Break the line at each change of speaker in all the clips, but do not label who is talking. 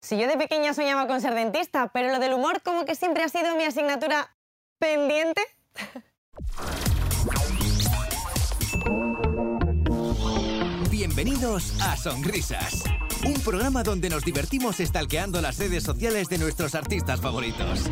Si yo de pequeña soñaba con ser dentista, pero lo del humor como que siempre ha sido mi asignatura pendiente.
Bienvenidos a Sonrisas, un programa donde nos divertimos estalqueando las redes sociales de nuestros artistas favoritos.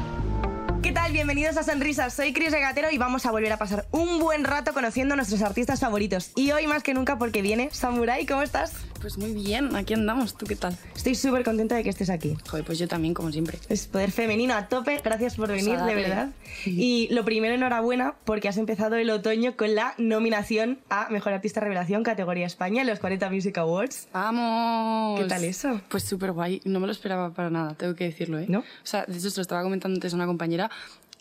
¿Qué tal? Bienvenidos a Sonrisas. Soy Cris Regatero y vamos a volver a pasar un buen rato conociendo a nuestros artistas favoritos. Y hoy más que nunca porque viene Samurai. ¿Cómo estás?
Pues muy bien, aquí andamos. ¿Tú qué tal?
Estoy súper contenta de que estés aquí.
Joder, pues yo también, como siempre.
Es poder femenino a tope. Gracias por venir, de
darle.
verdad. Y lo primero, enhorabuena porque has empezado el otoño con la nominación a Mejor Artista Revelación categoría España en los 40 Music Awards.
¡Vamos!
¿Qué tal eso?
Pues súper guay. No me lo esperaba para nada, tengo que decirlo, ¿eh?
¿No?
O sea, de hecho, se lo estaba comentando antes a una compañera.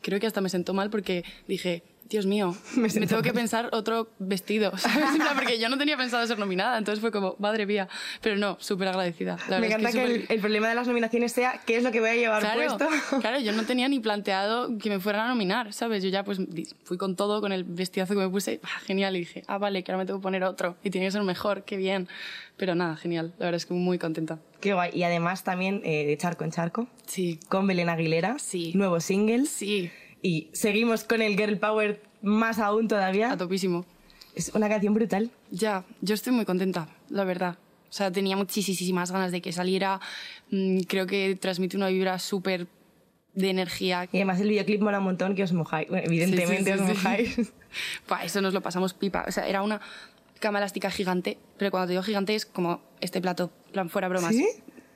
Creo que hasta me sentó mal porque dije... Dios mío,
Me
me,
sentó
tengo que
mal".
pensar otro vestido, ¿sabes? En plan, Porque yo no tenía pensado ser nominada, entonces fue como, madre mía. Pero no, súper agradecida. La
Me
verdad
encanta
es
que,
que, súper-
el, el problema de las nominaciones sea qué es lo que voy a llevar
Claro,
puesto.
claro, yo no tenía ni planteado que me fueran a nominar, ¿sabes? Yo ya pues di- fui con todo, con el vestidazo que me puse, ¡ah, genial, y dije, ah, vale, que ahora me tengo que poner otro, y tiene que ser mejor, qué bien. Pero nada, genial, la verdad es que muy contenta.
Qué guay. Y además también eh, de Charco en Charco
Sí,
con Belén Aguilera.
Sí.
Nuevo single.
sí,
Y seguimos con el Girl Power más aún todavía.
a topísimo.
Es una canción brutal.
Ya, yo estoy muy contenta, la verdad. O sea, tenía muchísimas ganas de que saliera, Mm, creo que transmite una vibra súper de energía.
Y además el videoclip mola un montón que os mojáis. Bueno, evidentemente
Sí, sí,
os
sí, sí.
mojáis.
Buah, eso nos lo pasamos pipa. O sea, era una cama elástica gigante, pero cuando te digo gigante es como este plato, en plan fuera bromas.
¿Sí?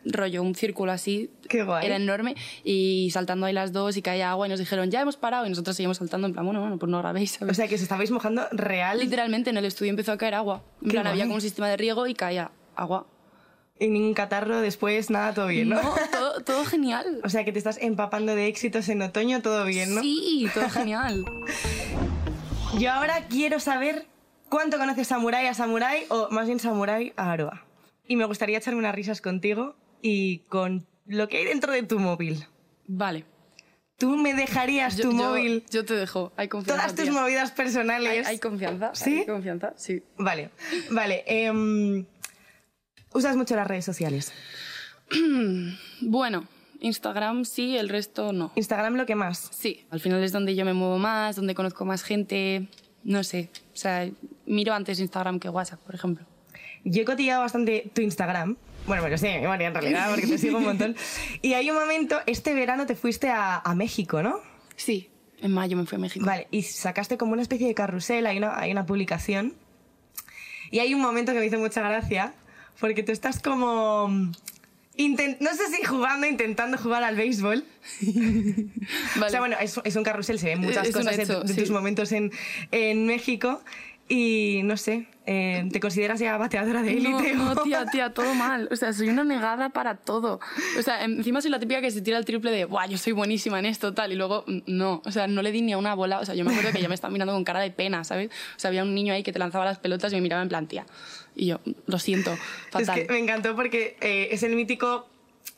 Rollo, un círculo así.
Qué guay.
Era enorme. Y saltando ahí las dos y caía agua y nos dijeron, ya hemos parado. Y nosotros seguimos saltando en plan, bueno, bueno, pues no grabéis,
O
¿sabes?
sea que os estabais mojando real
Literalmente en el estudio empezó a caer agua. En
Qué
plan, había
guay.
como un sistema de riego y caía agua.
en ningún catarro después, nada, todo bien, ¿no?
No, todo, todo genial.
O sea que te estás empapando de éxitos en otoño, todo bien, ¿no?
Sí, todo genial.
Yo ahora quiero saber cuánto conoces Samurai a Samurai o más bien Samurai a Aroa. Y me gustaría echarme unas risas contigo y con lo que hay dentro de tu móvil.
Vale.
¿Tú me dejarías tu móvil?
Yo te dejo. Hay confianza.
Todas tus
tía.
movidas
Hay,
personales.
hay confianza.
¿Sí?
Hay confianza, sí.
Vale, vale. em, usas mucho las redes sociales.
Bueno, Instagram sí, el resto no.
Instagram lo que más.
Sí, al final es donde yo me muevo más, donde conozco más gente, no sé. O sea, miro antes Instagram que WhatsApp, por ejemplo.
Yo he cotillado bastante tu Instagram. Bueno, me lo sé, de memoria en realidad, porque te sigo un montón. Y hay un momento, este verano te fuiste a, a México, ¿no?
Sí, en mayo me fui a México.
Vale, y sacaste como una especie de carrusel, hay una, hay una publicación. Y hay un momento que me hizo mucha gracia, porque tú estás como... mm, inten- no sé si jugando, intentando jugar al béisbol.
Vale. Eh,
O sea, bueno, es, es un carrusel, se ven muchas
Es un
cosas de-
hecho,
de,
sí.
tus momentos en, en México. Y no sé, eh, ¿te consideras ya bateadora de
No,
élite?
no,
o-
tía, tía, todo mal. O sea, soy una negada para todo. O sea, encima soy la típica que se tira el triple de, guau, yo soy buenísima en esto, tal. Y luego, mm, no. O sea, no le di ni a una bola. O sea, yo me acuerdo que ya me estaba mirando con cara de pena, ¿sabes? O sea, había un niño ahí que te lanzaba las pelotas y me miraba en plan, tía. Y yo, lo siento,
Es
fatal.
que me encantó porque eh, es el mítico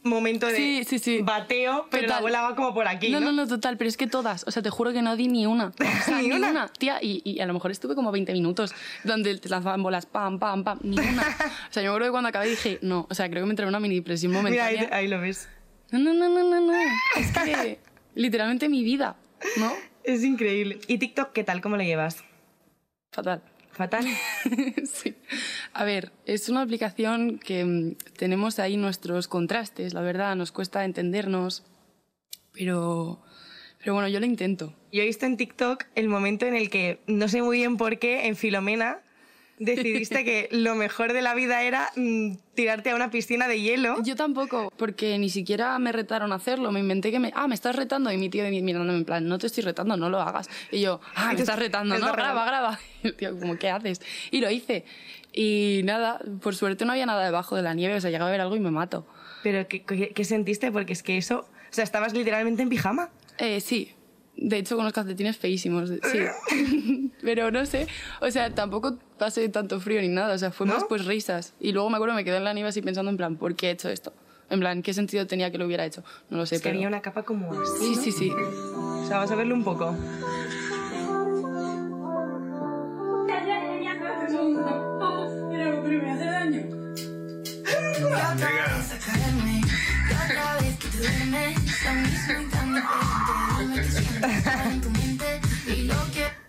momento de
Sí, sí, sí.
bateo, pero la
Total.
bola va como por aquí.
No,
No,
no, no, total, pero es que todas, o sea, te juro que no di ni una. O sea,
Ni
ni,
una.
una. Tía, y, y a lo mejor estuve como 20 minutos donde te lanzaban bolas, pam, pam, pam, ni una. O sea, yo me acuerdo que cuando acabé dije, no, o sea, creo que me entró una mini depresión
Mira,
momentánea.
ahí, ahí lo ves.
No, no, no, no, no, no. Es que literalmente mi vida, ¿no?
Es increíble. ¿Y TikTok qué tal? ¿Cómo lo llevas?
Fatal.
¿Fatal?
sí. A ver, es una aplicación que mm, tenemos ahí nuestros contrastes, la verdad, nos cuesta entendernos, pero, pero bueno, yo lo intento.
Yo he visto en TikTok el momento en el que, no sé muy bien por qué, en Filomena decidiste que lo mejor de la vida era mm, tirarte a una piscina de hielo.
Yo tampoco, porque ni siquiera me retaron a hacerlo. Me inventé que me. Ah, me estás retando. Y mi tío mirándome en plan, no te estoy retando, no lo hagas. Y yo, ah, me
Entonces,
estás retando,
está
no, graba,
retando.
graba. Y el tío, como, ¿qué haces? Y lo hice. Y nada, por suerte no había nada debajo de la nieve. O sea, llegaba a ver algo y me mato.
Pero ¿qué, qué- qué sentiste? Porque es que eso... O sea, estabas literalmente en pijama.
Eh, sí. De hecho, con unos calcetines feísimos, sí. Pero no sé, o sea, tampoco pasé tanto frío ni nada, o sea, fue
¿No?
más pues risas. Y luego me acuerdo que me quedé en la nieve así pensando en plan, ¿por qué he hecho esto? En plan, ¿qué sentido tenía que lo hubiera hecho? No lo sé,
Es que
pero...
había una capa como así.
Sí, sí, sí.
O sea, vamos a verlo un poco.
Vamos,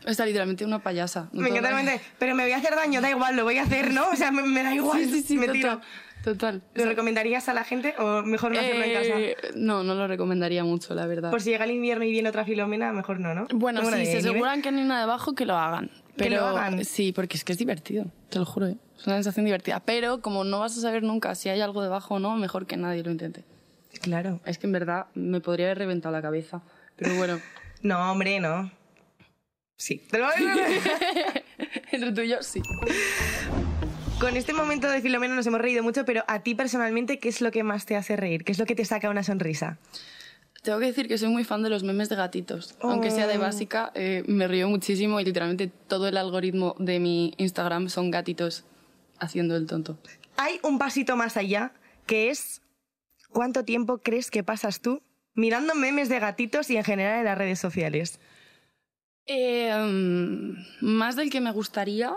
Está literalmente una payasa.
Me encanta
Total.
el momento de, pero me voy a hacer daño, da igual, lo voy a hacer, ¿no? O sea, me, me da igual,
Sí, sí, sí,
me tiro.
total. total.
¿Lo recomendarías a la gente o mejor no hacerlo en
Eh, no, no lo recomendaría mucho, la verdad.
casa? Por si llega el invierno y viene otra filomena, mejor no, ¿no?
Bueno, sí,
de
se
nieve.
aseguran que no hay nada debajo, que lo hagan.
Que
Pero,
lo hagan.
Sí, porque es que es divertido, te lo juro. ¿eh? Es una sensación divertida. Pero como no vas a saber nunca si hay algo debajo o no, mejor que nadie lo intente.
Claro.
Es que en verdad me podría haber reventado la cabeza. Pero bueno,
No, hombre, no. Sí. Te lo voy a-
entre tú y yo sí.
Con este momento de Filomena nos hemos reído mucho, pero a ti personalmente, ¿qué es lo que más te hace reír? ¿Qué es lo que te saca una sonrisa?
Tengo que decir que soy muy fan de los memes de gatitos. Aunque sea de
Oh.
básica, eh, me río muchísimo y literalmente todo el algoritmo de mi Instagram son gatitos haciendo el tonto.
Hay un pasito más allá, que es ¿cuánto tiempo crees que pasas tú mirando memes de gatitos y en general en las redes sociales?
Eh, mm, más del que me gustaría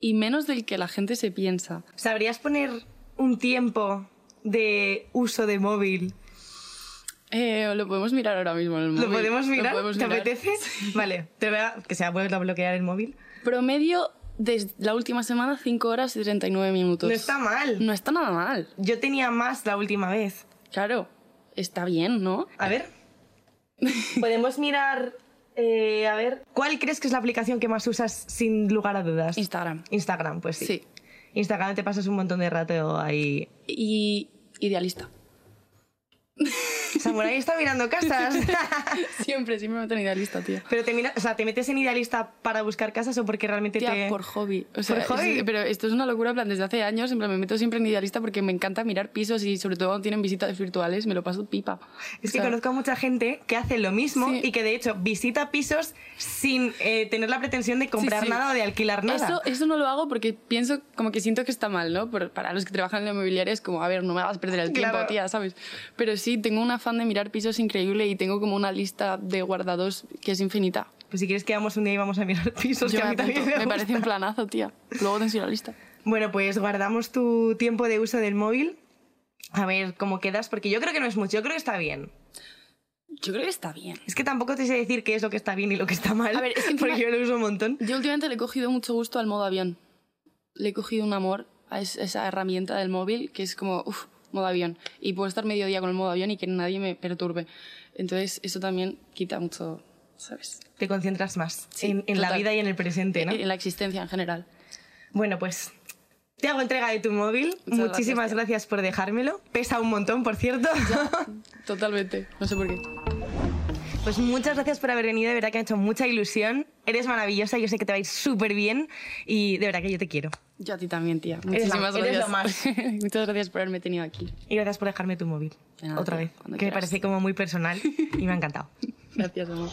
y menos del que la gente se piensa.
¿Sabrías poner un tiempo de uso de móvil?
Eh, lo podemos mirar ahora mismo en el móvil.
¿Lo podemos mirar?
podemos
¿Te
mirar.
apetece? Vale, te voy a, que se ha vuelto a bloquear el móvil.
Promedio desde la última semana 5 horas y 39 minutos.
no está mal.
No está nada mal.
Yo tenía más la última vez.
Claro, está bien, ¿no?
A ver. Podemos mirar. eh, a ver. ¿Cuál crees que es la aplicación que más usas sin lugar a dudas?
Instagram.
Instagram, pues sí.
Sí.
Instagram te pasas un montón de rato ahí.
Y idealista.
Samurai está mirando casas.
Siempre, siempre me meto en idealista, tío.
Pero te, mira- o sea, ¿te metes en idealista para buscar casas o porque realmente
Tía,
te.
por hobby. O sea,
¿Por hobby?
es- pero esto es una locura, en plan, desde hace años, en plan, me meto siempre en idealista porque me encanta mirar pisos y sobre todo cuando tienen visitas virtuales, me lo paso pipa.
Es
O
que
sea,
conozco a mucha gente que hace lo mismo
Sí.
y que de hecho visita pisos sin eh, tener la pretensión de comprar
sí.
nada o de alquilar nada.
Eso, eso no lo hago porque pienso, como que siento que está mal, ¿no? Por- para los que trabajan en la inmobiliaria es como, a ver, no me hagas perder el tiempo,
Claro.
tía, ¿sabes? Pero sí, tengo un afán de mirar pisos increíble y tengo como una lista de guardados que es infinita.
Pues si quieres quedamos un día y vamos a mirar pisos
Yo
que a mí
me, apunto.
también me,
me
gusta.
parece un planazo, tía. Luego te enseño la lista.
Bueno, pues guardamos tu tiempo de uso del móvil. A ver cómo quedas, porque yo creo que no es mucho, yo creo que está bien.
Yo creo que está bien.
Es que tampoco te sé decir qué es lo que está bien y lo que está mal,
A ver, es que encima-
porque yo lo uso un montón.
Yo últimamente le he cogido mucho gusto al modo avión. Le he cogido un amor a es- esa herramienta del móvil que es como, uff, modo avión. Y puedo estar medio día con el modo avión y que nadie me perturbe. Entonces, eso también quita mucho, ¿sabes?
Te concentras más
Sí,
en, en la
total.
vida y en el presente, ¿no?
En la existencia en general.
Bueno, pues te hago entrega de tu móvil.
Muchas
Muchísimas gracias,
gracias.
por dejármelo. Pesa un montón, por cierto.
Totalmente. No sé por qué.
Pues muchas gracias por haber venido, de verdad que me ha hecho mucha ilusión. Eres maravillosa, yo sé que te va a ir súper bien y de verdad que yo te quiero.
Yo a ti también, tía.
Eres la-
Muchísimas
eres lo
gracias. Muchas gracias por haberme tenido aquí.
Y gracias por dejarme tu móvil.
De nada,
Otra
tía,
vez, que
cuando
me
quieras.
parece como muy personal y me ha encantado.
Gracias, amor.